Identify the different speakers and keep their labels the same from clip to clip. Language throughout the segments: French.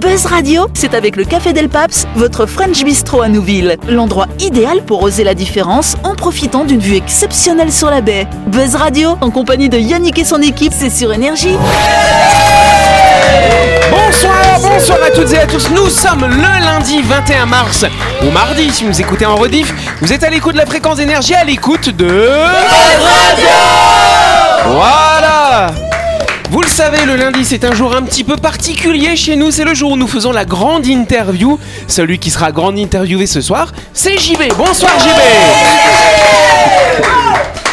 Speaker 1: Buzz Radio, c'est avec le Café Del Paps, votre French Bistro à Nouville. L'endroit idéal pour oser la différence en profitant d'une vue exceptionnelle sur la baie. Buzz Radio, en compagnie de Yannick et son équipe, c'est sur Énergie.
Speaker 2: Bonsoir, bonsoir à toutes et à tous. Nous sommes le lundi 21 mars, ou mardi si vous écoutez en rediff. Vous êtes à l'écoute de la fréquence d'énergie, à l'écoute de. Voilà vous le savez, le lundi, c'est un jour un petit peu particulier chez nous. C'est le jour où nous faisons la grande interview. Celui qui sera grande interviewé ce soir, c'est JB. Bonsoir JB.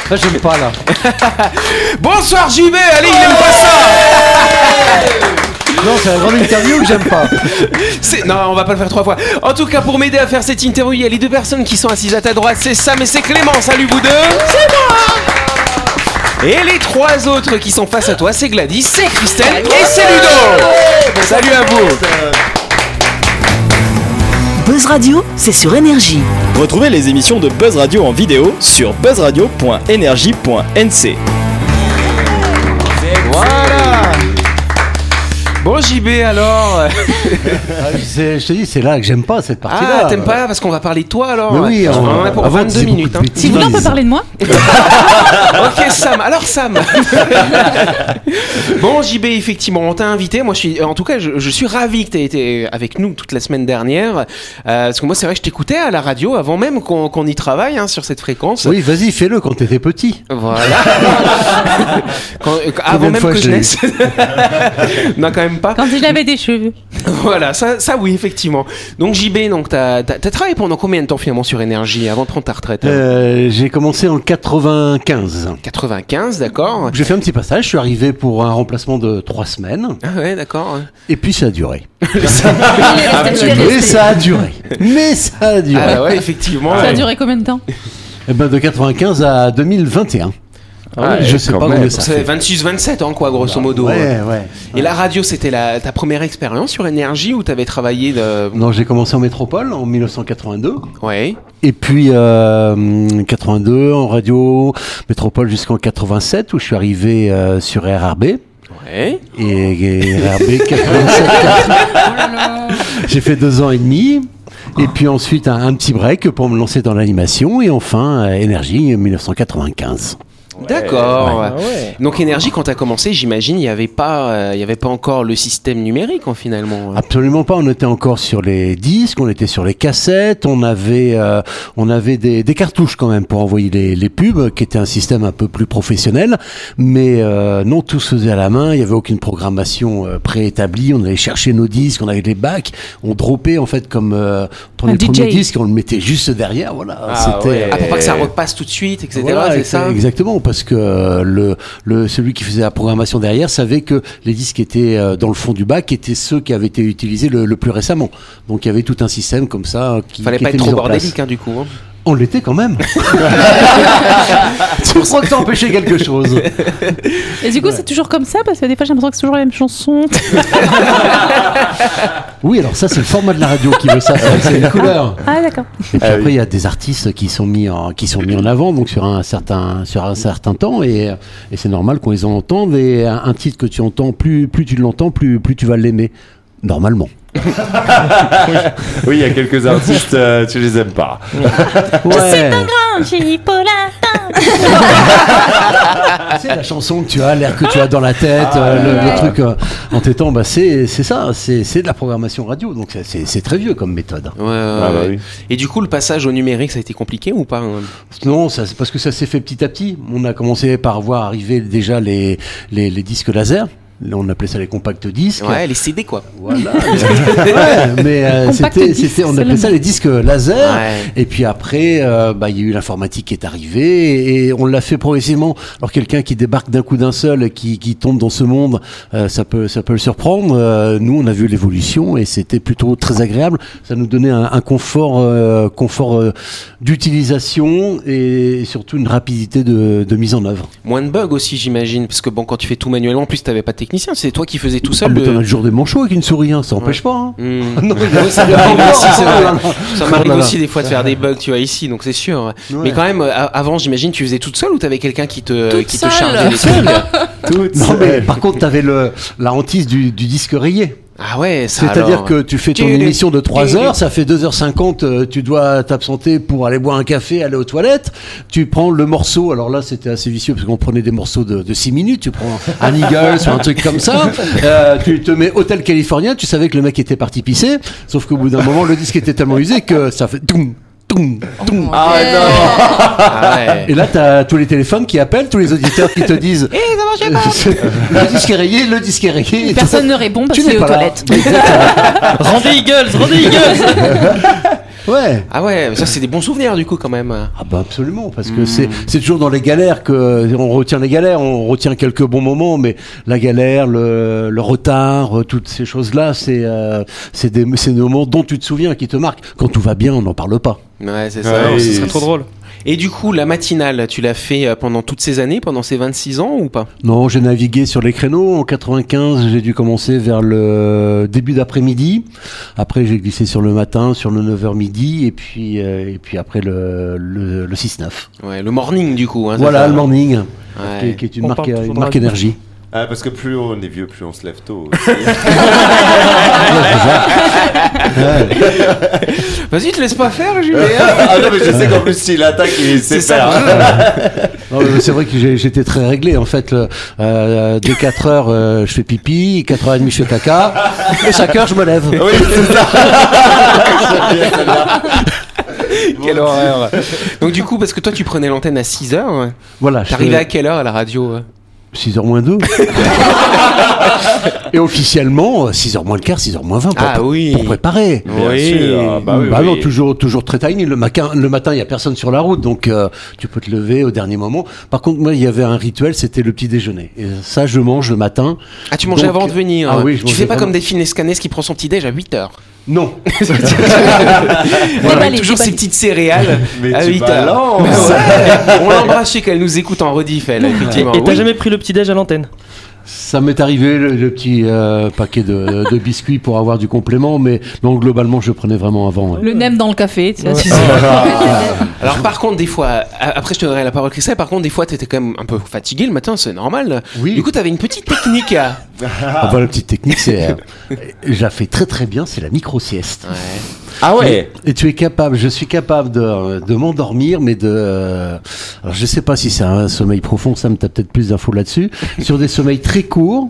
Speaker 3: Ça, j'aime pas là.
Speaker 2: Bonsoir JB. Allez, il aime pas ça.
Speaker 3: Non, c'est la grande interview que j'aime pas.
Speaker 2: C'est- Non, on va pas le faire trois fois. En tout cas, pour m'aider à faire cette interview, il y a les deux personnes qui sont assises à ta droite. C'est Sam et c'est Clément. Salut vous deux. C'est moi. Et les trois autres qui sont face à toi, c'est Gladys, c'est Christelle et c'est Ludo. Salut à vous.
Speaker 1: Buzz Radio, c'est sur Énergie.
Speaker 4: Retrouvez les émissions de Buzz Radio en vidéo sur buzzradio.energie.nc.
Speaker 2: Voilà. Bon JB alors.
Speaker 3: Ah, c'est- je te dis, c'est là que j'aime pas cette partie-là.
Speaker 2: Ah, t'aimes pas parce qu'on va parler de toi alors.
Speaker 3: Mais oui,
Speaker 2: on en
Speaker 3: on-
Speaker 2: a pour
Speaker 3: avant,
Speaker 2: 22
Speaker 3: c'est beaucoup
Speaker 2: minutes.
Speaker 3: de
Speaker 2: hein.
Speaker 3: bêtises.
Speaker 5: Si vous voulez, on peut parler de moi
Speaker 2: Ok Sam, alors Sam Bon JB, effectivement, on t'a invité, moi je suis, en tout cas je, je suis ravi que t'aies été avec nous toute la semaine dernière, Euh, parce que moi c'est vrai que je t'écoutais à la radio avant même qu'on qu'on y travaille hein, sur cette fréquence.
Speaker 3: Oui, vas-y, fais-le quand t'étais petit.
Speaker 2: Voilà. Quand- euh,
Speaker 3: Combien
Speaker 2: avant
Speaker 3: de
Speaker 2: même
Speaker 3: fois
Speaker 2: que
Speaker 3: je
Speaker 2: je
Speaker 3: l'ai
Speaker 2: naisse. non quand même pas.
Speaker 5: quand il avait des cheveux.
Speaker 2: Voilà, ça, ça oui effectivement. Donc JB, donc t'as t'as- t'as travaillé pendant combien de temps finalement sur énergie avant de prendre ta retraite hein
Speaker 3: Euh, j'ai commencé en 95.
Speaker 2: 95, d'accord.
Speaker 3: J'ai fait un petit passage, je suis arrivé pour un remplacement de trois semaines,
Speaker 2: Ah ouais, d'accord.
Speaker 3: et puis ça a duré.
Speaker 2: Ah,
Speaker 5: resté-
Speaker 2: tu-
Speaker 5: Il est
Speaker 3: Mais
Speaker 5: resté.
Speaker 3: ça a duré. Mais ça a duré.
Speaker 2: Ah bah ouais, effectivement.
Speaker 5: Ça a
Speaker 2: ouais.
Speaker 5: duré combien de temps
Speaker 3: Eh ben, de 95 à 2021.
Speaker 2: ouais,
Speaker 3: je sais
Speaker 2: quand
Speaker 3: pas
Speaker 2: même.
Speaker 3: combien ça
Speaker 2: C'est
Speaker 3: fait. Bah
Speaker 2: 26-27 ans, hein, quoi, grosso modo. Euh,
Speaker 3: Ouais, ouais.
Speaker 2: Et la radio, c'était la, ta première expérience sur énergie où t'avais travaillé de...
Speaker 3: Non, j'ai commencé en métropole en 1982.
Speaker 2: Ouais.
Speaker 3: Et puis euh, 82 en radio métropole jusqu'en 87 où je suis arrivé euh, sur RRB et,
Speaker 2: Ouais.
Speaker 3: et RRB 87. J'ai fait deux ans et demi. Et puis ensuite un, un petit break pour me lancer dans l'animation et enfin euh, énergie 1995.
Speaker 2: D'accord. Donc énergie, quand t'as commencé, j'imagine, il n'y avait, pas, euh, il y avait pas encore le système numérique, en, finalement. hein.
Speaker 3: Absolument pas. On était encore sur les disques, on était sur les cassettes, on avait, euh, on avait des, des cartouches quand même pour envoyer les, les pubs, qui était un système un peu plus professionnel. Mais euh, non, tout se faisait à la main. Il y avait aucune programmation euh, préétablie. On allait chercher nos disques, on avait les bacs, on dropait en fait comme euh, on prenait
Speaker 5: Un
Speaker 3: le premier
Speaker 5: DJ.
Speaker 3: disque, on le mettait juste derrière. Voilà.
Speaker 2: Ah,
Speaker 3: C'était. euh,
Speaker 2: ouais. Ah, pour pas que ça repasse tout de suite, etc.
Speaker 3: Voilà,
Speaker 2: c'est ça
Speaker 3: Exactement, parce que euh, le, le, celui qui faisait la programmation derrière savait que les disques étaient euh, dans le fond du bac, étaient ceux qui avaient été utilisés le, le plus récemment. Donc il y avait tout un système comme ça euh, qui,
Speaker 2: Fallait
Speaker 3: qui
Speaker 2: pas
Speaker 3: était
Speaker 2: être trop
Speaker 3: mis en place.
Speaker 2: bordélique, hein, du coup. hein.
Speaker 3: On l'était quand même. tu crois que t'as empêché quelque chose
Speaker 5: Et du coup, c'est toujours comme ça parce que des fois, j'ai l'impression que c'est toujours la même chanson.
Speaker 3: Oui, alors ça c'est le format de la radio qui veut ça, c'est une couleur.
Speaker 5: Ah, d'accord.
Speaker 3: Et puis après, il y a des artistes qui sont mis en, qui sont mis en avant, donc sur un certain, sur un certain temps, et, et c'est normal qu'on les entende. Et un, un titre que tu entends, plus, plus tu l'entends, plus, plus tu vas l'aimer. Normalement.
Speaker 6: Oui, il y a quelques artistes, euh, tu les aimes pas.
Speaker 3: Ouais.
Speaker 5: Chipola.
Speaker 3: C'est la chanson que tu as, l'air que tu as dans la tête,
Speaker 6: Ah,
Speaker 3: euh, le, le truc euh, en t'étant, bah c'est, c'est ça, c'est, c'est de la programmation radio, donc c'est- c'est, c'est très vieux comme méthode.
Speaker 2: Ouais, ouais,
Speaker 3: Ah,
Speaker 6: bah
Speaker 2: ouais.
Speaker 6: oui.
Speaker 2: Et du coup, le passage au numérique, ça a été compliqué ou pas hein
Speaker 3: Non, ça, c'est parce que ça s'est fait petit à petit. On a commencé par voir arriver déjà les, les, les disques laser. Là, on appelait ça les compacts disques.
Speaker 2: Ouais, les CD, quoi.
Speaker 3: Voilà. Ouais, mais euh,
Speaker 5: Compact
Speaker 3: c'était,
Speaker 5: disque,
Speaker 3: c'était, on
Speaker 5: c'est
Speaker 3: appelait
Speaker 5: le
Speaker 3: ça les disques laser.
Speaker 2: Ouais.
Speaker 3: Et puis après, euh, bah, il y a eu l'informatique qui est arrivée et on l'a fait progressivement. Alors quelqu'un qui débarque d'un coup d'un seul, qui, qui tombe dans ce monde, euh, ça peut, ça peut le surprendre. Euh, nous, on a vu l'évolution et c'était plutôt très agréable. Ça nous donnait un, un confort, euh, confort euh, d'utilisation et surtout une rapidité de, de mise en œuvre.
Speaker 2: Moins de bugs aussi, j'imagine. Parce que bon, quand tu fais tout manuellement, en plus, t'avais pas de technicien. C'est toi qui faisais tout seul.
Speaker 3: ah, mais
Speaker 2: le-
Speaker 3: t'en as toujours des manchots avec une souris, hein, ça empêche pas. hein.
Speaker 2: Hmm.
Speaker 3: Non, mais-
Speaker 2: Oui, ça m'arrive aussi, c'est vrai.
Speaker 3: Non, non, non.
Speaker 2: Ça
Speaker 3: Oh
Speaker 2: m'arrive
Speaker 3: là là.
Speaker 2: aussi des fois de faire des bugs, tu vois, ici, donc c'est sûr. Mais
Speaker 3: Ouais.
Speaker 2: quand même, euh, a- avant, j'imagine, tu faisais toute seule ou t'avais quelqu'un qui te,
Speaker 5: Toute
Speaker 2: qui te
Speaker 5: seule.
Speaker 2: chargeait les
Speaker 3: Seul.
Speaker 2: trucs
Speaker 6: Toutes
Speaker 3: Non, mais
Speaker 6: celles.
Speaker 3: par contre, t'avais le, la hantise du, du disque rayé.
Speaker 2: Ah ouais, ça
Speaker 3: C'est-à-dire
Speaker 2: alors.
Speaker 3: que tu fais ton
Speaker 2: Tu-
Speaker 3: émission de 3
Speaker 2: tu-
Speaker 3: heures, ça fait 2h50, euh, tu dois t'absenter pour aller boire un café, aller aux toilettes, tu prends le morceau, alors là c'était assez vicieux parce qu'on prenait des morceaux de, 6 minutes, tu prends un Eagles ou un truc comme ça, euh, tu te mets Hôtel Californien, tu savais que le mec était parti pisser, sauf qu'au bout d'un moment le disque était tellement usé que ça fait... toum, toum, toum.
Speaker 6: Ah non
Speaker 2: Ah ouais.
Speaker 3: Et là, t'as tous les téléphones qui appellent, tous les auditeurs qui te disent Le disque est rayé, le disque est rayé.
Speaker 5: Personne ne répond parce
Speaker 3: Tu
Speaker 5: que
Speaker 3: n'es
Speaker 5: Bah, c'est aux
Speaker 3: pas là.
Speaker 5: toilettes.
Speaker 7: Rendez Eagles, rendez Eagles
Speaker 3: Ouais.
Speaker 2: Ah ouais, ça c'est des bons souvenirs du coup quand même.
Speaker 3: Ah bah absolument, parce que c'est c'est toujours dans les galères que on retient les galères, on retient quelques bons moments, mais la galère, le, le retard, euh, toutes ces choses-là, c'est euh, c'est des, c'est des moments dont tu te souviens, qui te marquent. Quand tout va bien, on n'en parle pas.
Speaker 2: Ouais, c'est
Speaker 6: Ouais,
Speaker 2: ça.
Speaker 6: non,
Speaker 7: Ce
Speaker 6: ce
Speaker 7: serait
Speaker 6: serait
Speaker 7: trop drôle.
Speaker 2: Et du coup, la matinale, tu l'as fait euh, pendant toutes ces années, pendant ces 26 ans ou pas
Speaker 3: Non, j'ai navigué sur les créneaux. En 95, j'ai dû commencer vers le début d'après-midi. Après, j'ai glissé sur le matin, sur le 9h midi, et puis, euh, et puis après le, le, le 6-9.
Speaker 2: Ouais, le morning du coup. hein, c'est
Speaker 3: Voilà,
Speaker 2: Ah, ça.
Speaker 3: le morning, qui,
Speaker 2: Ouais.
Speaker 3: qui est une
Speaker 7: On
Speaker 3: marque,
Speaker 7: parle toujours
Speaker 3: une
Speaker 7: de
Speaker 3: marque
Speaker 7: radio.
Speaker 3: énergie.
Speaker 6: Ah, Parce que plus on est vieux, plus on se lève tôt. aussi.
Speaker 2: Vas-y, te laisse pas faire, Julien.
Speaker 6: ah non, mais je sais qu'en plus, s'il attaque, il
Speaker 2: C'est
Speaker 6: sait
Speaker 2: ça.
Speaker 6: faire.
Speaker 3: Non, mais C'est vrai que j'ai- j'étais très réglé. En fait, le- euh, dès 4 heures, euh, je fais pipi, 4h30, je fais caca, et 5 heures, je me lève.
Speaker 6: Oui, c'est ça. C'est bien, celle-là.
Speaker 2: Quelle horreur. Donc du coup, parce que toi tu prenais l'antenne à 6 heures, ouais.
Speaker 3: Voilà, je
Speaker 2: t'arrivais à quelle heure à la radio euh ouais
Speaker 3: 6h moins 2. et officiellement, 6h moins le quart, 6h moins 20 pour,
Speaker 2: Ah oui.
Speaker 3: pour préparer.
Speaker 6: Bien
Speaker 2: Oui.
Speaker 6: sûr. Bah oui,
Speaker 3: Bah
Speaker 6: oui.
Speaker 3: non, toujours, toujours très tiny. Le matin, le matin, il y a personne sur la route, donc euh, tu peux te lever au dernier moment. Par contre, moi, il y avait un rituel, c'était le petit déjeuner. Et ça, je mange le matin.
Speaker 2: Ah, tu mangeais
Speaker 3: Donc-
Speaker 2: avant de venir.
Speaker 3: Ah
Speaker 2: hein.
Speaker 3: oui, je
Speaker 2: tu
Speaker 3: mangeais
Speaker 2: fais pas
Speaker 3: vraiment.
Speaker 2: comme Delphine Escanes qui prend son petit déj à 8 heures.
Speaker 3: Non.
Speaker 2: Voilà,
Speaker 5: Déballé,
Speaker 2: toujours
Speaker 5: déballé.
Speaker 2: ces petites céréales
Speaker 6: Mais
Speaker 2: à
Speaker 6: tu
Speaker 2: 8 heures.
Speaker 6: balances.
Speaker 2: Mais ouais. On l'embrasse, je sais qu'elle nous écoute en rediff, elle,
Speaker 7: Et
Speaker 2: effectivement.
Speaker 7: et t'as
Speaker 2: Oui.
Speaker 7: jamais pris le petit déj à l'antenne
Speaker 3: Ça m'est arrivé le, le petit euh, paquet de, de biscuits pour avoir du complément, mais non, globalement, je prenais vraiment avant. ouais.
Speaker 5: Le nem dans le café, tu vois, tu sais.
Speaker 2: Alors par contre, des fois, a- après je te donnerai la parole Christelle, par contre, des fois t'étais quand même un peu fatigué le matin, c'est normal.
Speaker 3: Oui.
Speaker 2: Du coup, t'avais une petite technique hein, à...
Speaker 3: Ah, bah, la petite technique, c'est, euh, je la fais très très bien, c'est la micro sieste.
Speaker 6: Ah ouais
Speaker 3: Et tu es capable, je suis capable de, de m'endormir, mais de. euh, alors je sais pas si c'est un sommeil profond, Sam, t'as peut-être plus d'infos là-dessus. sur des sommeils très courts,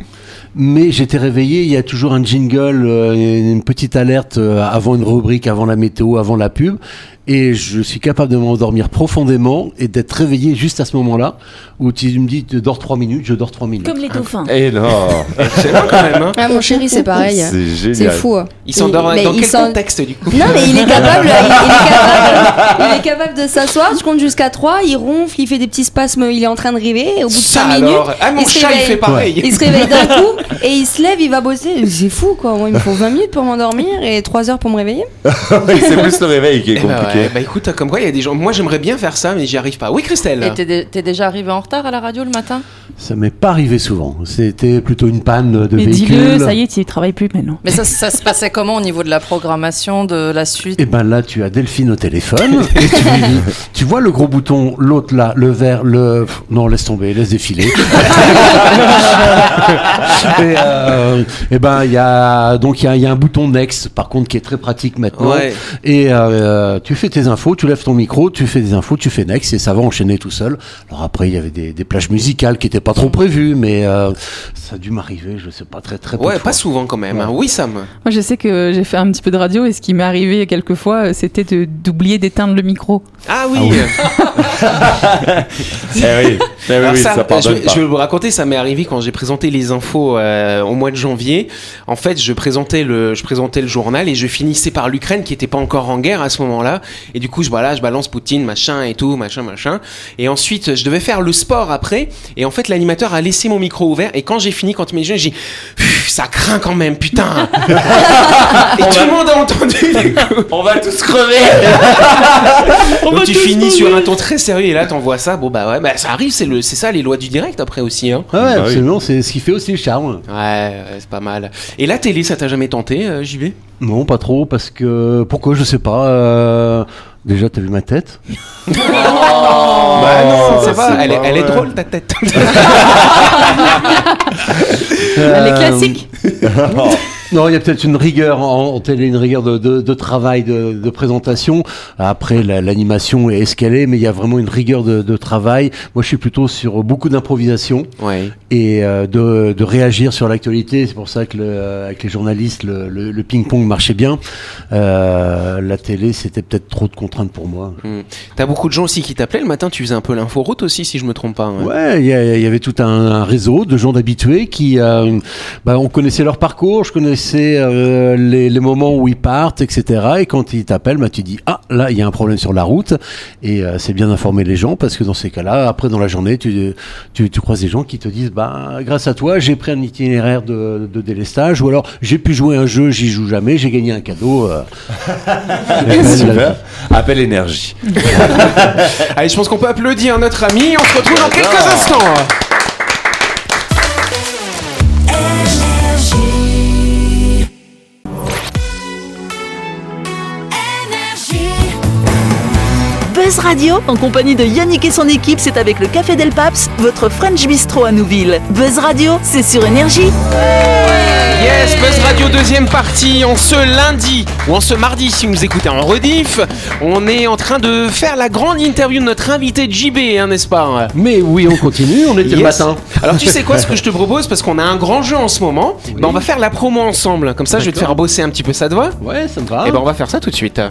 Speaker 3: mais j'étais réveillé, il y a toujours un jingle, euh, une petite alerte euh, avant une rubrique, avant la météo, avant la pub. Et je suis capable de m'endormir profondément et d'être réveillé juste à ce moment-là, où tu me dis, tu dors trois minutes, je dors trois minutes.
Speaker 8: Comme les dauphins.
Speaker 6: Et non
Speaker 2: C'est bon quand même, hein.
Speaker 9: Ah, mon chéri, c'est pareil.
Speaker 6: C'est
Speaker 9: C'est
Speaker 6: génial.
Speaker 9: fou. hein.
Speaker 2: Il s'endort
Speaker 9: Mais
Speaker 2: dans
Speaker 9: il
Speaker 2: quel
Speaker 9: s'en-
Speaker 2: contexte du coup
Speaker 9: Non, mais il est capable, il, il est capable, il est capable de s'asseoir. Je compte jusqu'à 3, il ronfle, il fait des petits spasmes, il est en train de rêver. Et au bout de 5 minutes,
Speaker 2: alors. Ah, mon
Speaker 9: il se
Speaker 2: chat, il
Speaker 9: réveille.
Speaker 2: fait pareil.
Speaker 9: il se réveille d'un coup et il se lève, il va bosser. C'est fou quoi. Moi, il me faut 20 minutes pour m'endormir et 3 heures pour me réveiller.
Speaker 6: Oui, C'est plus le réveil qui
Speaker 2: Eh
Speaker 6: est
Speaker 2: bah, ouais.
Speaker 6: compliqué.
Speaker 2: bah écoute, comme quoi il y a des gens. Moi j'aimerais bien faire ça, mais j'y arrive pas. Oui, Christelle.
Speaker 10: Et t'es, dé- t'es déjà arrivé en retard à la radio le matin
Speaker 3: Ça m'est pas arrivé souvent. C'était plutôt une panne de
Speaker 5: Mais
Speaker 3: véhicule.
Speaker 5: dis-le, ça y est, tu travailles plus maintenant.
Speaker 10: Mais ça, ça se passait comment au niveau de la programmation, de la suite
Speaker 3: Et ben là, tu as Delphine au téléphone et tu lui dis, tu vois le gros bouton, l'autre là, le vert, le pff, non laisse tomber, laisse défiler. et, euh, eh ben il y a donc il y a, il y a un bouton next par contre qui est très pratique maintenant.
Speaker 2: Ouais.
Speaker 3: Et euh, tu fais tes infos, tu lèves ton micro, tu fais des infos, tu fais next et ça va enchaîner tout seul. Alors après il y avait des, des plages musicales qui étaient pas trop prévues, mais euh, ça a dû m'arriver, je sais pas très très. peu de
Speaker 2: Ouais,
Speaker 3: fois.
Speaker 2: pas souvent quand même. hein. Oui, Sam.
Speaker 5: Moi, je sais que j'ai fait un petit peu de radio et ce qui m'est arrivé quelquefois, euh, c'était de- d'oublier d'éteindre le micro.
Speaker 2: Ah oui.
Speaker 6: Eh oui, Eh oui,
Speaker 2: Alors
Speaker 6: oui,
Speaker 2: Ah, ça,
Speaker 6: ça,
Speaker 2: je,
Speaker 6: pardonne
Speaker 2: vais-
Speaker 6: pas.
Speaker 2: je vais vous raconter, ça m'est arrivé quand j'ai présenté les infos euh, au mois de janvier. En fait, je présentais le, je présentais le journal et je finissais par l'Ukraine qui n'était pas encore en guerre à ce moment-là. Et du coup, je voilà, je balance Poutine, machin et tout, machin, machin. Et ensuite, je devais faire le sport après. Et en fait, l'animateur a laissé mon micro ouvert. Et quand j'ai fini, quand il m'a dit, j'ai dit, Pff, ça craint quand même, putain. et tout le monde a entendu. du coup.
Speaker 6: On va tous crever
Speaker 2: Donc tu finis sur un ton très sérieux et là t'envoies ça. Bon bah ouais, bah ça arrive, c'est le, c'est ça les lois du direct après aussi. Hein.
Speaker 3: Ouais,
Speaker 6: Bah oui.
Speaker 3: absolument, c'est ce qui fait aussi le charme.
Speaker 2: Ouais, ouais, c'est pas mal. Et la télé, ça t'a jamais tenté, euh, JB
Speaker 3: Non, pas trop, parce que. Pourquoi Je sais pas. euh, Déjà, t'as vu ma tête
Speaker 6: Bah non,
Speaker 2: Ça va,
Speaker 6: Oh. c'est
Speaker 2: elle, est-
Speaker 6: pas
Speaker 2: elle est
Speaker 6: vrai.
Speaker 2: drôle ta tête.
Speaker 5: Elle est classique.
Speaker 3: Euh, Non, il y a peut-être une rigueur en, en télé, une rigueur de, de- de travail, de, de présentation. Après, la- l'animation est escalée, mais il y a vraiment une rigueur de, de travail. Moi, je suis plutôt sur beaucoup d'improvisation
Speaker 2: Ouais.
Speaker 3: et euh, de, de réagir sur l'actualité. C'est pour ça que le- euh, avec les journalistes, le, le- le ping-pong marchait bien. Euh, la télé, c'était peut-être trop de contraintes pour moi.
Speaker 2: T'as beaucoup de gens aussi qui t'appelaient le matin, tu faisais un peu l'inforoute aussi, si je me trompe pas. hein.
Speaker 3: Ouais, il y, a- il y avait tout un, un réseau de gens d'habitués qui, euh, bah, on connaissait leur parcours, je connaissais euh, les, les moments où ils partent, etc. Et quand ils t'appellent, bah, tu dis ah là il y a un problème sur la route et euh, c'est bien d'informer les gens parce que dans ces cas-là, après dans la journée, tu, tu, tu croises des gens qui te disent bah grâce à toi j'ai pris un itinéraire de, de délestage ou alors j'ai pu jouer un jeu, j'y joue jamais, j'ai gagné un cadeau. euh.
Speaker 6: Super. Appel énergie.
Speaker 2: Allez, je pense qu'on peut applaudir notre ami. On se retrouve dans quelques
Speaker 6: J'adore.
Speaker 2: instants. Eh.
Speaker 1: Buzz Radio, en compagnie de Yannick et son équipe, c'est avec le Café Del Paps, votre French Bistro à Nouville. Buzz Radio, c'est sur Énergie.
Speaker 2: Yes, Buzz Radio deuxième partie en ce lundi ou en ce mardi si vous nous écoutez en rediff. On est en train de faire la grande interview de notre invité JB, hein, n'est-ce pas
Speaker 3: Mais oui, on continue, on était le
Speaker 2: Yes.
Speaker 3: matin.
Speaker 2: Alors tu sais quoi ce que je te propose parce qu'on a un grand jeu en ce moment. Ben, on va faire la promo ensemble. Comme ça, je vais te faire bosser un petit peu, ça te va
Speaker 3: Ouais, ça me va.
Speaker 2: Et ben on va faire ça tout de suite.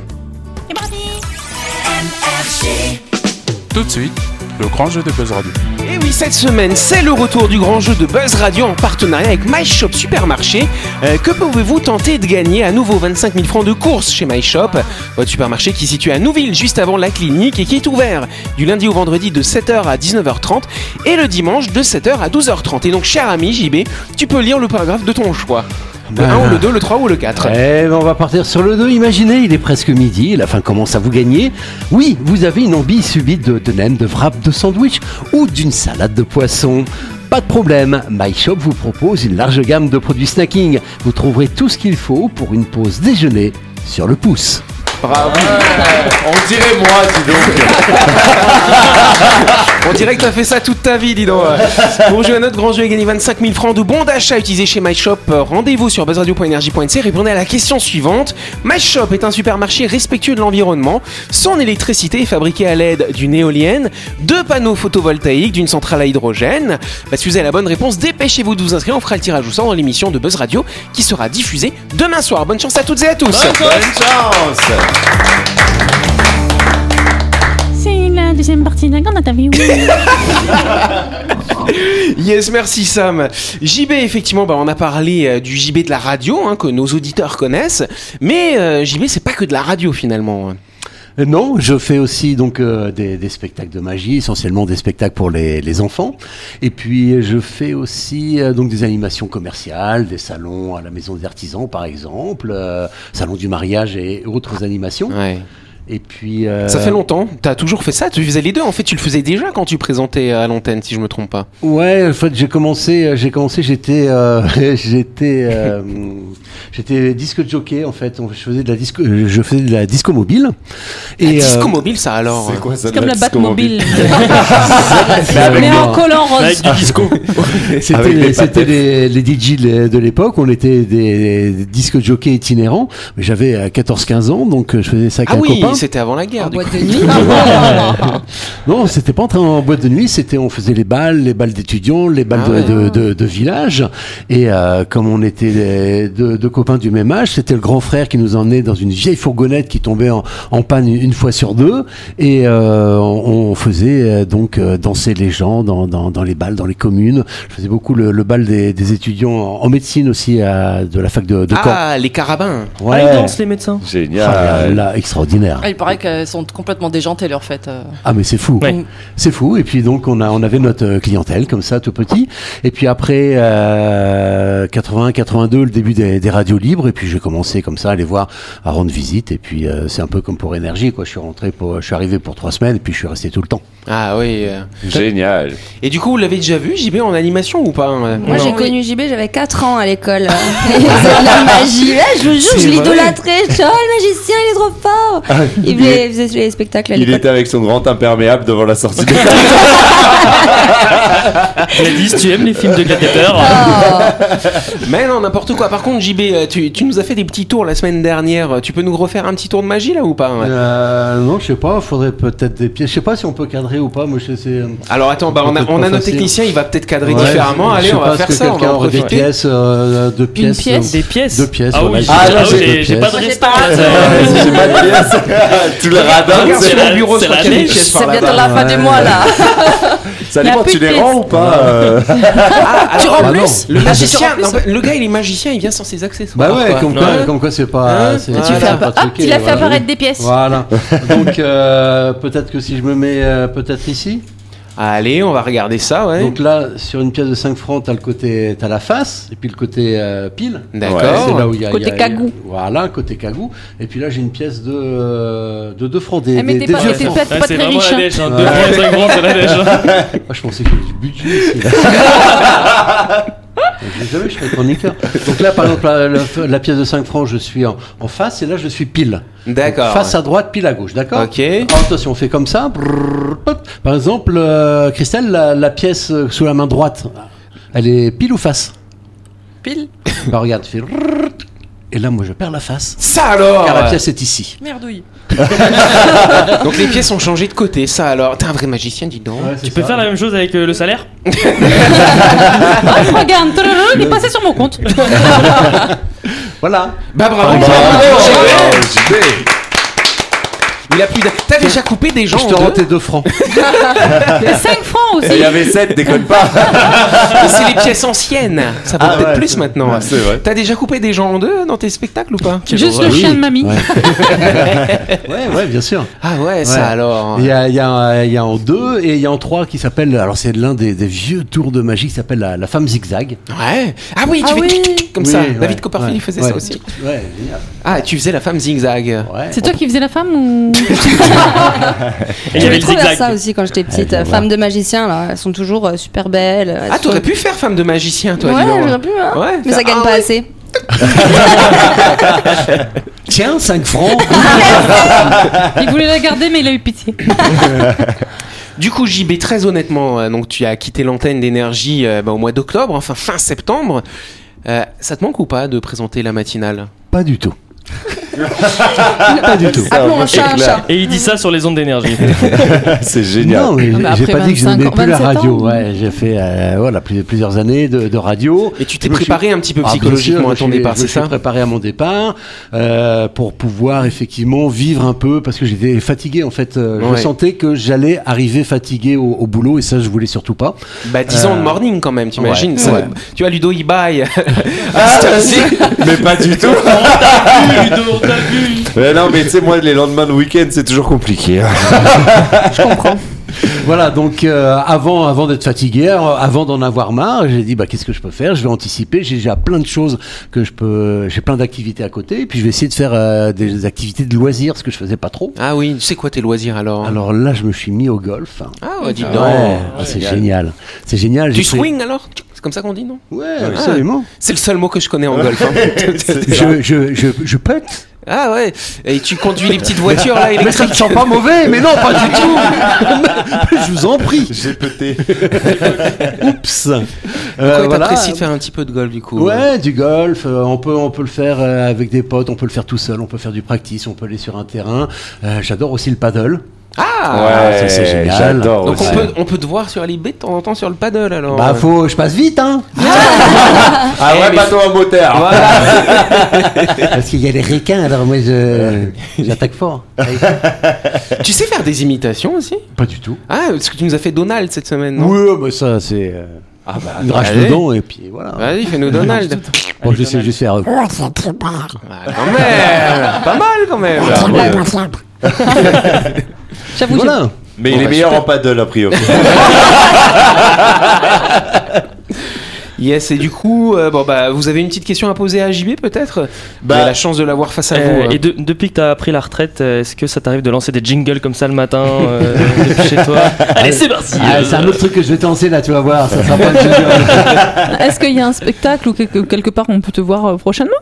Speaker 8: Tout de suite, le grand jeu de Buzz Radio.
Speaker 2: Et Eh oui, cette semaine, c'est le retour du grand jeu de Buzz Radio en partenariat avec MyShop Supermarché. Euh, que pouvez-vous tenter de gagner à nouveau 25 000 francs de course chez MyShop Votre supermarché qui est situé à Nouville, juste avant la clinique, et qui est ouvert du lundi au vendredi de 7h à 19h30 et le dimanche de 7h à 12h30. Et donc, cher ami JB, tu peux lire le paragraphe de ton choix. Le 1 ou le 2, le 3 ou le
Speaker 8: Euh,
Speaker 2: 4.
Speaker 3: Eh ben, on va partir sur le 2. Imaginez, il est presque midi, la faim commence à vous gagner. Oui, vous avez une envie subite de, de nems, de wraps, de sandwich ou d'une salade de poisson. Pas de problème, MyShop vous propose une large gamme de produits snacking. Vous trouverez tout ce qu'il faut pour une pause déjeuner sur le pouce.
Speaker 2: Bravo.
Speaker 6: On dirait moi, dis donc.
Speaker 2: On dirait que t'as fait ça toute ta vie, dis donc. Pour jouer à notre grand jeu et gagner 25 000 francs de bons d'achat utilisés chez MyShop, euh, rendez-vous sur buzzradio.energie.nc. Répondez à la question suivante. MyShop est un supermarché respectueux de l'environnement. Son électricité est fabriquée à l'aide d'une éolienne, deux panneaux photovoltaïques, d'une centrale à hydrogène. Bah, si vous avez la bonne réponse, dépêchez-vous de vous inscrire. On fera le tirage au sort dans l'émission de Buzz Radio qui sera diffusée demain soir. Bonne chance à toutes et à tous.
Speaker 6: Bonne chance.
Speaker 11: C'est la deuxième partie de la grande interview.
Speaker 2: Yes, merci Sam. JB, effectivement, bah, on a parlé euh, du JB de la radio, hein, que nos auditeurs connaissent, mais euh, JB, c'est pas que de la radio finalement. hein.
Speaker 3: Euh, Non, je fais aussi donc euh, des, des spectacles de magie, essentiellement des spectacles pour les, les enfants. Et puis euh, je fais aussi euh, donc des animations commerciales, des salons à la maison des artisans par exemple, euh, salon du mariage et autres animations.
Speaker 2: Ouais.
Speaker 3: Et puis euh,
Speaker 2: Ça fait longtemps, t'as toujours fait ça, tu faisais les deux, en fait tu le faisais déjà quand tu présentais euh, à l'antenne, si je me trompe pas.
Speaker 3: Ouais, en fait j'ai commencé, euh, j'ai commencé, j'étais, euh, j'étais, euh, j'étais disque jockey en fait. On- Je faisais de la disco, euh, je faisais de la disco mobile.
Speaker 2: Et
Speaker 3: euh,
Speaker 2: disco mobile, ça alors
Speaker 6: quoi ça
Speaker 5: C'est comme la Batmobile.
Speaker 3: avec
Speaker 5: Mais en
Speaker 3: des-
Speaker 5: collant rose.
Speaker 4: Avec du disco.
Speaker 3: C'était
Speaker 6: Avec
Speaker 3: les,
Speaker 6: les
Speaker 3: c'était les, les DJ de de l'époque, on était des disques jockeys itinérants, mais j'avais euh, 14-15 ans, donc euh, je faisais ça avec
Speaker 2: Ah
Speaker 3: un
Speaker 2: oui,
Speaker 3: copain.
Speaker 2: c'était avant la guerre.
Speaker 10: En
Speaker 2: du coup.
Speaker 10: boîte de nuit.
Speaker 3: Non, c'était pas en, train- en boîte de nuit, c'était on faisait les balles, les balles d'étudiants, les balles
Speaker 2: Ah
Speaker 3: de,
Speaker 2: ouais.
Speaker 3: de, de- de village, et euh, comme on était des- deux, deux copains du même âge, c'était le grand frère qui nous emmenait dans une vieille fourgonnette qui tombait en, en panne une, une fois sur deux, et euh, on, on faisait euh, donc euh, danser les gens dans, dans, dans les balles, dans les communes. Je faisais beaucoup le, le bal des, des étudiants en, en médecine aussi à, de la fac de, de Caen.
Speaker 2: Ah, les carabins.
Speaker 3: Ouais.
Speaker 7: Ah, ils dansent les
Speaker 2: Oh
Speaker 7: médecins.
Speaker 3: Ah,
Speaker 6: Génial.
Speaker 3: là, extraordinaire.
Speaker 10: Ah, il paraît qu'elles sont complètement déjantées leur fête. euh.
Speaker 3: Ah mais c'est fou.
Speaker 7: Ouais.
Speaker 3: C'est fou. Et puis donc on a on avait notre euh, clientèle comme ça tout petit. Et puis après euh, 80 82 le début des, des radios libres et puis j'ai commencé comme ça à aller voir à rendre visite et puis euh, c'est un peu comme pour énergie quoi. Je suis rentré pour je suis arrivé pour trois semaines et puis je suis resté tout le temps.
Speaker 2: Ah oui. euh.
Speaker 6: Génial.
Speaker 2: Et du coup, vous l'avez déjà vu, JB, en animation ou pas hein
Speaker 9: Moi
Speaker 10: Non.
Speaker 9: j'ai
Speaker 10: Oui.
Speaker 9: connu JB, j'avais 4 ans à l'école. C'est de la magie. Là, je vous jure,
Speaker 2: C'est
Speaker 9: je
Speaker 2: vrai.
Speaker 9: l'idolâtrais. Je dis, oh le magicien, il est trop fort. Il
Speaker 6: Ah, il
Speaker 9: faisait, faisait les spectacles à
Speaker 6: Il
Speaker 9: l'école.
Speaker 6: était avec son grand imperméable devant la sortie.
Speaker 7: Gladys, tu aimes les films de gladiateurs
Speaker 9: Oh.
Speaker 2: Mais non, n'importe quoi. Par contre, JB, euh, tu, tu nous as fait des petits tours la semaine dernière. Tu peux nous refaire un petit tour de magie là ou pas hein?
Speaker 3: Euh, non, je sais pas, faudrait peut-être des pièces. Je sais pas si on peut cadrer ou pas. Moi, je sais, c'est.
Speaker 2: Alors attends, bah, on a,
Speaker 3: Peut-être
Speaker 2: on a
Speaker 3: pas
Speaker 2: notre
Speaker 3: facile.
Speaker 2: technicien, il va peut-être cadrer
Speaker 3: Ouais,
Speaker 2: différemment.
Speaker 3: je-
Speaker 2: Allez,
Speaker 3: je
Speaker 2: on
Speaker 3: sais
Speaker 2: va
Speaker 3: pas,
Speaker 2: faire
Speaker 3: est-ce
Speaker 2: ça.
Speaker 3: que
Speaker 2: On va
Speaker 3: quelqu'un
Speaker 2: en
Speaker 3: aurait des
Speaker 2: profiter.
Speaker 3: pièces, euh, deux pièces.
Speaker 5: pièce
Speaker 7: Des pièces
Speaker 3: Deux pièces.
Speaker 7: Ah oui,
Speaker 3: voilà, j'ai-
Speaker 7: j'ai- ah,
Speaker 3: j'ai deux
Speaker 7: j'ai j'ai
Speaker 3: pièces.
Speaker 7: pas de
Speaker 10: J'espère.
Speaker 7: réponse.
Speaker 6: J'ai pas de pièces. Tout le radin,
Speaker 2: Regarde
Speaker 6: c'est
Speaker 2: sur
Speaker 6: la-
Speaker 2: mon bureau, je
Speaker 7: c'est
Speaker 2: crois
Speaker 7: la
Speaker 2: qu'il y a des
Speaker 7: mèche.
Speaker 2: pièces par
Speaker 10: C'est bientôt
Speaker 2: là-bas.
Speaker 10: la fin du mois là.
Speaker 6: ça
Speaker 5: Il y a
Speaker 6: dépend,
Speaker 5: plus
Speaker 6: tu
Speaker 5: de
Speaker 6: les
Speaker 5: pièces.
Speaker 6: rends ou pas euh
Speaker 2: Ah, alors,
Speaker 3: Bah non.
Speaker 2: Le
Speaker 10: Ah, si, tu
Speaker 2: magicien,
Speaker 10: rends plus.
Speaker 2: non, bah, le gars il est magicien, il vient sans ses accessoires.
Speaker 3: Bah ouais,
Speaker 2: quoi.
Speaker 3: comme quoi, comme quoi c'est pas.
Speaker 2: Hein
Speaker 3: c'est-
Speaker 2: Tu
Speaker 3: voilà,
Speaker 2: fais
Speaker 3: c'est
Speaker 2: un-
Speaker 3: pas
Speaker 11: Ah,
Speaker 3: truqué,
Speaker 11: tu l'as fait
Speaker 3: voilà.
Speaker 11: apparaître des pièces.
Speaker 3: Voilà. Donc euh, peut-être que si je me mets euh, peut-être ici.
Speaker 2: Allez, on va regarder ça, ouais.
Speaker 3: Donc là, sur une pièce de 5 francs, t'as le côté, t'as la face, et puis le côté euh, pile.
Speaker 2: D'accord.
Speaker 3: C'est là où il y a
Speaker 11: Côté
Speaker 3: il y a-
Speaker 11: cagou.
Speaker 3: Voilà, côté cagou. Et puis là, j'ai une pièce de euh, de 2 francs des,
Speaker 11: Eh, mais
Speaker 3: des-
Speaker 11: t'es
Speaker 3: des
Speaker 11: pas-
Speaker 3: vieux
Speaker 11: t'es
Speaker 3: francs.
Speaker 11: pas-
Speaker 7: Ah, C'est
Speaker 11: très
Speaker 7: vraiment
Speaker 11: riche,
Speaker 7: la
Speaker 11: hein.
Speaker 7: lèche. Hein. Deux francs, cinq francs, c'est la hein. lèche.
Speaker 3: Ah, je pensais que j'avais du budget. ici. Je l'ai jamais, je serais chroniqueur. Donc là, par exemple, la, la- la pièce de 5 francs, je suis en, en face, et là, je suis pile.
Speaker 2: D'accord.
Speaker 3: Face à droite, pile à gauche, d'accord
Speaker 2: Ok.
Speaker 3: Alors, attention, on fait comme ça. Brrr, hop. Par exemple, euh, Christelle, la, la pièce euh, sous la main droite, elle est pile ou face
Speaker 10: Pile.
Speaker 3: Bah regarde, tu fais rrrr, et là moi je perds la face.
Speaker 2: Ça alors
Speaker 3: Car la pièce est ici.
Speaker 10: Merdouille.
Speaker 2: Donc les pièces ont changé de côté, ça alors. T'es un vrai magicien, dis donc.
Speaker 7: Tu peux faire la même chose avec euh, le salaire
Speaker 11: Oh, regarde, trrrr, il est passé sur mon compte.
Speaker 3: Voilà.
Speaker 2: Bah
Speaker 3: Ah,
Speaker 2: bravo,
Speaker 6: Bravo,
Speaker 2: JB.
Speaker 6: JB.
Speaker 2: Il a plus d'a- T'as déjà coupé des gens
Speaker 3: je te
Speaker 2: en
Speaker 3: rends
Speaker 2: deux
Speaker 3: tes deux francs.
Speaker 11: 5 francs
Speaker 6: Et Il
Speaker 11: aussi.
Speaker 6: y avait 7, déconne pas.
Speaker 2: Mais c'est les pièces anciennes. Ça vaut
Speaker 6: Ah
Speaker 2: peut-être
Speaker 6: ouais,
Speaker 2: plus
Speaker 6: c'est-
Speaker 2: maintenant.
Speaker 6: ouais, c'est vrai.
Speaker 2: T'as déjà coupé des gens en deux dans tes spectacles ou pas
Speaker 11: Juste le chien de mamie.
Speaker 3: Ouais, ouais, bien sûr.
Speaker 2: Ah ouais,
Speaker 3: Ouais.
Speaker 2: ça alors. hein.
Speaker 3: Il y a, il y a- il y a en deux et il y a en trois qui s'appelle. Alors c'est l'un des, des vieux tours de magie qui s'appelle la, la femme zigzag.
Speaker 2: Ouais. Ah oui, tu
Speaker 10: Ah
Speaker 2: fais
Speaker 10: oui.
Speaker 2: tchou, tchou, tchou, comme
Speaker 3: Oui,
Speaker 2: ça.
Speaker 3: ouais,
Speaker 2: David Copperfield
Speaker 3: ouais,
Speaker 2: il faisait
Speaker 3: ouais.
Speaker 2: ça aussi.
Speaker 3: Ouais, génial.
Speaker 2: Ah, tu faisais la femme zigzag.
Speaker 3: Ouais.
Speaker 11: C'est toi qui faisais la femme ou
Speaker 7: Et il y
Speaker 9: J'avais
Speaker 7: avait le
Speaker 9: trop vers ça
Speaker 7: zigzag.
Speaker 9: aussi quand j'étais petite.
Speaker 3: Eh bien, voilà.
Speaker 9: Femmes de magiciens, là, elles sont toujours euh, super belles. elles
Speaker 2: Ah,
Speaker 9: sont-
Speaker 2: t'aurais pu faire femme de magicien, toi, dis
Speaker 9: Ouais,
Speaker 2: donc.
Speaker 9: j'aurais pu, hein.
Speaker 2: Ouais,
Speaker 9: Mais
Speaker 2: faire-
Speaker 9: ça gagne
Speaker 2: Ah
Speaker 9: pas
Speaker 2: ouais.
Speaker 9: assez.
Speaker 3: Tiens, 5 francs.
Speaker 11: il voulait la garder mais il a eu pitié.
Speaker 2: Du coup, JB, très honnêtement, euh, donc tu as quitté l'antenne d'énergie euh, bah, au mois d'octobre, enfin fin septembre. Euh, ça te manque ou pas de présenter la matinale
Speaker 3: Pas du tout. pas du tout.
Speaker 9: Appelons un chat un chat.
Speaker 7: Et il dit ça sur les ondes d'énergie.
Speaker 6: C'est génial.
Speaker 3: Non, mais
Speaker 5: Ah, mais
Speaker 2: bah
Speaker 3: j'ai
Speaker 5: après
Speaker 3: pas dit que je
Speaker 5: 25
Speaker 3: n'aimais plus la
Speaker 5: 27 ans.
Speaker 3: radio. Ouais, j'ai fait euh, voilà plus- plusieurs années de, de radio.
Speaker 2: Et tu t'es
Speaker 3: Je me suis-
Speaker 2: préparé un petit peu
Speaker 3: Ah, bien
Speaker 2: psychologiquement
Speaker 3: sûr,
Speaker 2: à ton
Speaker 3: je suis-
Speaker 2: départ,
Speaker 3: je
Speaker 2: c'est
Speaker 3: suis
Speaker 2: ça
Speaker 3: préparé à mon départ euh, pour pouvoir effectivement vivre un peu parce que j'étais fatigué en fait. Euh,
Speaker 2: Ouais.
Speaker 3: Je sentais que j'allais arriver fatigué au, au boulot et ça je voulais surtout pas.
Speaker 2: Bah, 10 ans
Speaker 3: Euh,
Speaker 2: de morning quand même, t'imagines
Speaker 3: ouais, Ah,
Speaker 2: ça-
Speaker 3: ouais.
Speaker 2: Tu vois, Ludo, il baille.
Speaker 6: Ah, mais pas du tout.
Speaker 7: Ludo, on t'a vu.
Speaker 6: Mais non, mais tu sais, moi, les lendemains de week-end, c'est toujours compliqué. hein.
Speaker 3: Voilà donc euh, avant avant d'être fatigué, euh, avant d'en avoir marre, j'ai dit bah qu'est-ce que je peux faire Je vais anticiper. J'ai déjà plein de choses que je peux. J'ai plein d'activités à côté et puis je vais essayer de faire euh, des activités de loisirs ce que je faisais pas trop.
Speaker 2: ah oui, tu sais quoi tes loisirs alors
Speaker 3: Alors là, je me suis mis au golf.
Speaker 2: Ah ouais, dis
Speaker 3: Ouais,
Speaker 2: donc.
Speaker 3: ah, c'est génial. C'est génial.
Speaker 2: Tu
Speaker 3: j'ai fait-
Speaker 2: swing alors C'est comme ça qu'on dit, non
Speaker 3: Ouais, absolument.
Speaker 2: C'est le seul mot que je connais en golf. hein.
Speaker 3: Je, je, je, je pète.
Speaker 2: Ah ouais, et tu conduis les petites voitures là
Speaker 3: Ah, Mais ça ne
Speaker 2: électriques.
Speaker 3: sent pas mauvais, mais non, pas du tout. je vous en prie.
Speaker 6: J'ai pété.
Speaker 3: Oups. Euh,
Speaker 2: Pourquoi
Speaker 3: voilà.
Speaker 2: t'apprécies de faire un petit peu de golf du coup
Speaker 3: Ouais, du golf. euh, on peut, on peut le faire euh, avec des potes, on peut le faire tout seul, on peut faire du practice, on peut aller sur un terrain. Euh, J'adore aussi le paddle.
Speaker 2: Ah
Speaker 3: ça, c'est
Speaker 6: Ouais,
Speaker 3: génial.
Speaker 6: j'adore
Speaker 2: Donc on
Speaker 6: aussi.
Speaker 2: peut, on peut te voir sur l'IB de temps en temps sur le paddle alors.
Speaker 3: Bah, faut, je passe vite, hein,
Speaker 6: Ah
Speaker 2: Eh,
Speaker 6: ouais,
Speaker 2: mais-
Speaker 6: bateau à moteur.
Speaker 2: Voilà.
Speaker 3: parce qu'il y a les requins. Alors moi, je, j'attaque fort.
Speaker 2: tu sais faire des imitations aussi
Speaker 3: Pas du tout.
Speaker 2: Ah, parce que tu nous as fait Donald cette semaine, non Ah, bah,
Speaker 3: Oui, mais ça, c'est euh, une rage
Speaker 2: allez.
Speaker 3: dedans et puis voilà.
Speaker 2: Vas-y, fais-nous Donald.
Speaker 3: Bon, je sais juste faire. euh,
Speaker 2: Ah, quand même Pas mal quand même
Speaker 11: J'avoue,
Speaker 3: Voilà.
Speaker 6: Mais il est meilleur en paddle, a priori.
Speaker 2: Yes, et du coup, euh, bon, bah, vous avez une petite question à poser à JB peut-être Vous
Speaker 6: Bah-
Speaker 2: avez la chance de l'avoir face à
Speaker 7: Euh,
Speaker 2: vous. hein.
Speaker 7: et de- depuis que t'as pris la retraite, euh, est-ce que ça t'arrive de lancer des jingles comme ça le matin euh, depuis chez toi Allez, c'est parti
Speaker 3: Ah,
Speaker 7: euh,
Speaker 3: c'est un autre truc que je vais te lancer là, tu vas voir. Ça sera pas le jeu.
Speaker 5: Est-ce qu'il y a un spectacle ou quelque, quelque part on peut te voir euh, prochainement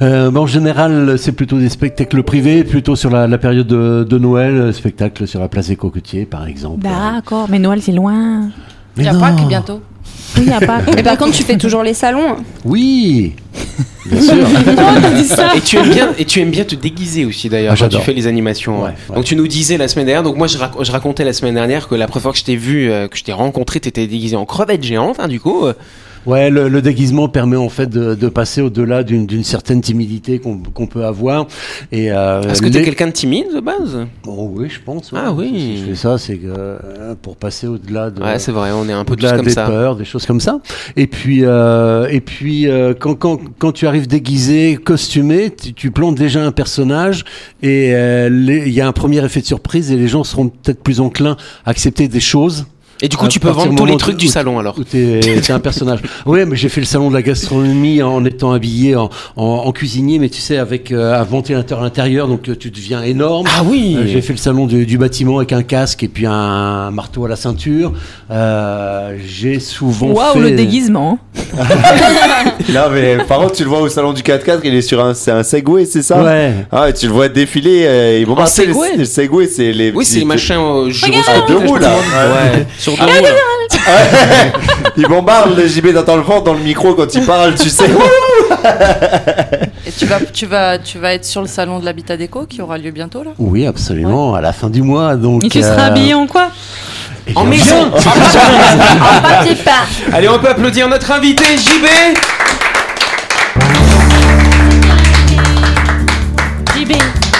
Speaker 3: Euh, bah, en général, c'est plutôt des spectacles privés, plutôt sur la, la période
Speaker 11: Bah,
Speaker 5: Bah.
Speaker 3: de, de Noël, euh, spectacle sur la place des Cocotiers, par exemple.
Speaker 11: D'accord, mais Noël c'est loin.
Speaker 10: Il y a Pâques bientôt.
Speaker 5: Oui, à Pâques.
Speaker 9: Mais par contre, tu fais toujours les salons.
Speaker 3: Oui Bien sûr
Speaker 2: Et tu aimes bien, et tu aimes bien te déguiser aussi d'ailleurs
Speaker 3: Ah,
Speaker 2: quand tu
Speaker 3: j'adore.
Speaker 2: fais les animations. ouais. Donc tu nous disais la semaine dernière. Donc moi je, rac- je racontais la semaine dernière que la première fois que je t'ai vu, euh, que je t'ai rencontré, t'étais déguisé en crevette géante. hein, du coup. euh.
Speaker 3: Ouais, le, le déguisement permet en fait de, de passer au-delà d'une d'une certaine timidité qu'on qu'on peut avoir. Et euh,
Speaker 2: Est-ce que t'es
Speaker 3: les-
Speaker 2: quelqu'un de timide de base
Speaker 3: Oh oui, je pense.
Speaker 2: Ah oui.
Speaker 3: Je fais ça, c'est que, euh, pour passer au-delà de.
Speaker 2: Ouais, c'est vrai, on est un peu
Speaker 3: au-delà
Speaker 2: tous comme
Speaker 3: des
Speaker 2: ça.
Speaker 3: peurs, des choses comme ça. Et puis, euh, et puis, euh, quand, quand, quand tu arrives déguisé, costumé, tu, tu plantes déjà un personnage et euh, les- il y a un premier effet de surprise et les gens seront peut-être plus enclins à accepter des choses.
Speaker 2: Et du coup,
Speaker 3: Ah, À
Speaker 2: tu peux
Speaker 3: partir
Speaker 2: vendre
Speaker 3: du
Speaker 2: tous les
Speaker 3: moment
Speaker 2: trucs
Speaker 3: où-
Speaker 2: du
Speaker 3: où-
Speaker 2: salon, alors.
Speaker 3: Où t'es t'es un personnage. Ouais, mais j'ai fait le salon de la gastronomie en étant habillé en, en, en cuisinier, mais tu sais, avec euh, un ventilateur intérieur, donc euh, tu deviens énorme. Euh,
Speaker 2: Ah oui.
Speaker 3: J'ai fait le salon du, du bâtiment avec un casque et puis un marteau à la ceinture. Euh, j'ai souvent
Speaker 5: Waouh,
Speaker 3: fait...
Speaker 5: le déguisement.
Speaker 6: Non, mais par contre, tu le vois au salon du 4x4, il est sur un, c'est un Segway, c'est ça
Speaker 3: Ouais.
Speaker 6: Ah, et tu le vois défiler. euh, ils vont
Speaker 2: Un
Speaker 6: passer
Speaker 2: Segway
Speaker 6: les, les Segway, c'est les.
Speaker 2: Oui, c'est les machins euh,
Speaker 6: À
Speaker 2: gyroscopes,
Speaker 6: deux
Speaker 2: là, je
Speaker 6: roues, là.
Speaker 2: crois. Ouais, sur
Speaker 3: Ah,
Speaker 2: deux roues. là.
Speaker 6: Ils bombardent le JB dans le ventre, dans le micro quand ils parlent, tu sais.
Speaker 10: Et tu vas, tu, vas, tu vas être sur le salon de l'habitat déco qui aura lieu bientôt là.
Speaker 3: Oui, absolument, à la fin du mois. Donc,
Speaker 11: Et tu seras
Speaker 3: euh,
Speaker 11: habillé en quoi
Speaker 3: eh
Speaker 2: En
Speaker 3: bien,
Speaker 2: maison.
Speaker 9: Papier pas.
Speaker 2: Allez, on peut applaudir notre invité JB.
Speaker 11: JB.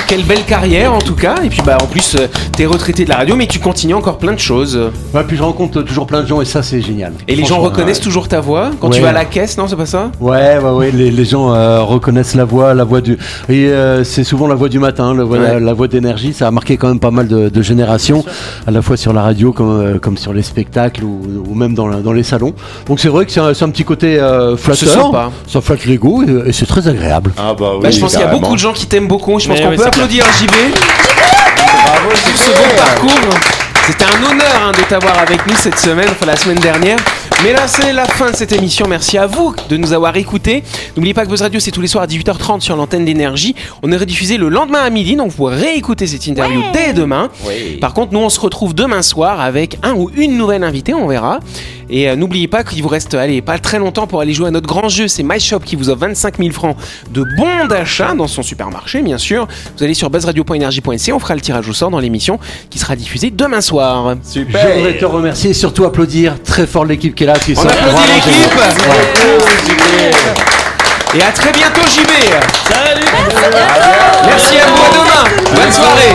Speaker 2: Quelle belle carrière en tout cas. Et puis bah en plus, euh, t'es retraité de la radio, mais tu continues encore plein de choses.
Speaker 3: ouais, puis je rencontre toujours plein de gens et ça, c'est génial.
Speaker 2: Et les gens
Speaker 3: Franchement,
Speaker 2: reconnaissent toujours ta voix quand tu
Speaker 3: Ouais.
Speaker 2: vas à la caisse, non C'est pas ça
Speaker 3: Ouais, ouais, ouais. Les, les gens euh, reconnaissent la voix, la voix du. Et euh, c'est souvent la voix du matin, la voix,
Speaker 2: Ouais.
Speaker 3: la, la voix d'énergie. Ça a marqué quand même pas mal de, de générations, à la fois sur la radio comme, euh, comme sur les spectacles ou, ou même dans, la- dans les salons. Donc c'est vrai que c'est un, c'est un petit côté euh, flatteur.
Speaker 2: sympa.
Speaker 3: Ça flatte l'ego et, et c'est très agréable.
Speaker 6: Ah, bah oui.
Speaker 2: Bah, je pense qu'il y a
Speaker 6: carrément.
Speaker 2: beaucoup de gens qui t'aiment beaucoup. hein. Je pense
Speaker 7: Mais
Speaker 2: qu'on
Speaker 7: oui,
Speaker 2: peut
Speaker 7: c'est
Speaker 2: applaudir
Speaker 7: clair.
Speaker 2: JB
Speaker 6: Bravo,
Speaker 2: pour
Speaker 6: JB.
Speaker 2: ce beau parcours. C'était un honneur hein, de t'avoir avec nous cette semaine, enfin la semaine dernière. Mais là, c'est la fin de cette émission. Merci à vous de nous avoir écoutés. N'oubliez pas que Buzz Radio, c'est tous les soirs à 18h30 sur l'antenne d'énergie. On est rediffusé le lendemain à midi, donc vous pourrez réécouter cette interview dès demain. Par contre, nous, on se retrouve demain soir avec un ou une nouvelle invitée, on verra. Et euh, n'oubliez pas qu'il vous reste allez, pas très longtemps pour aller jouer à notre grand jeu. C'est MyShop qui vous offre 25 000 francs de bons d'achat dans son supermarché, bien sûr. Vous allez sur buzzradio.energie.nc, on fera le tirage au sort dans l'émission qui sera diffusée demain soir.
Speaker 6: Super.
Speaker 3: Je voudrais te remercier et surtout applaudir très fort l'équipe qui est là. Qui
Speaker 2: On
Speaker 3: sont
Speaker 2: applaudit
Speaker 3: vraiment géniaux.
Speaker 2: l'équipe Et à très bientôt JB
Speaker 7: Salut
Speaker 2: Merci à vous, à demain Bonne soirée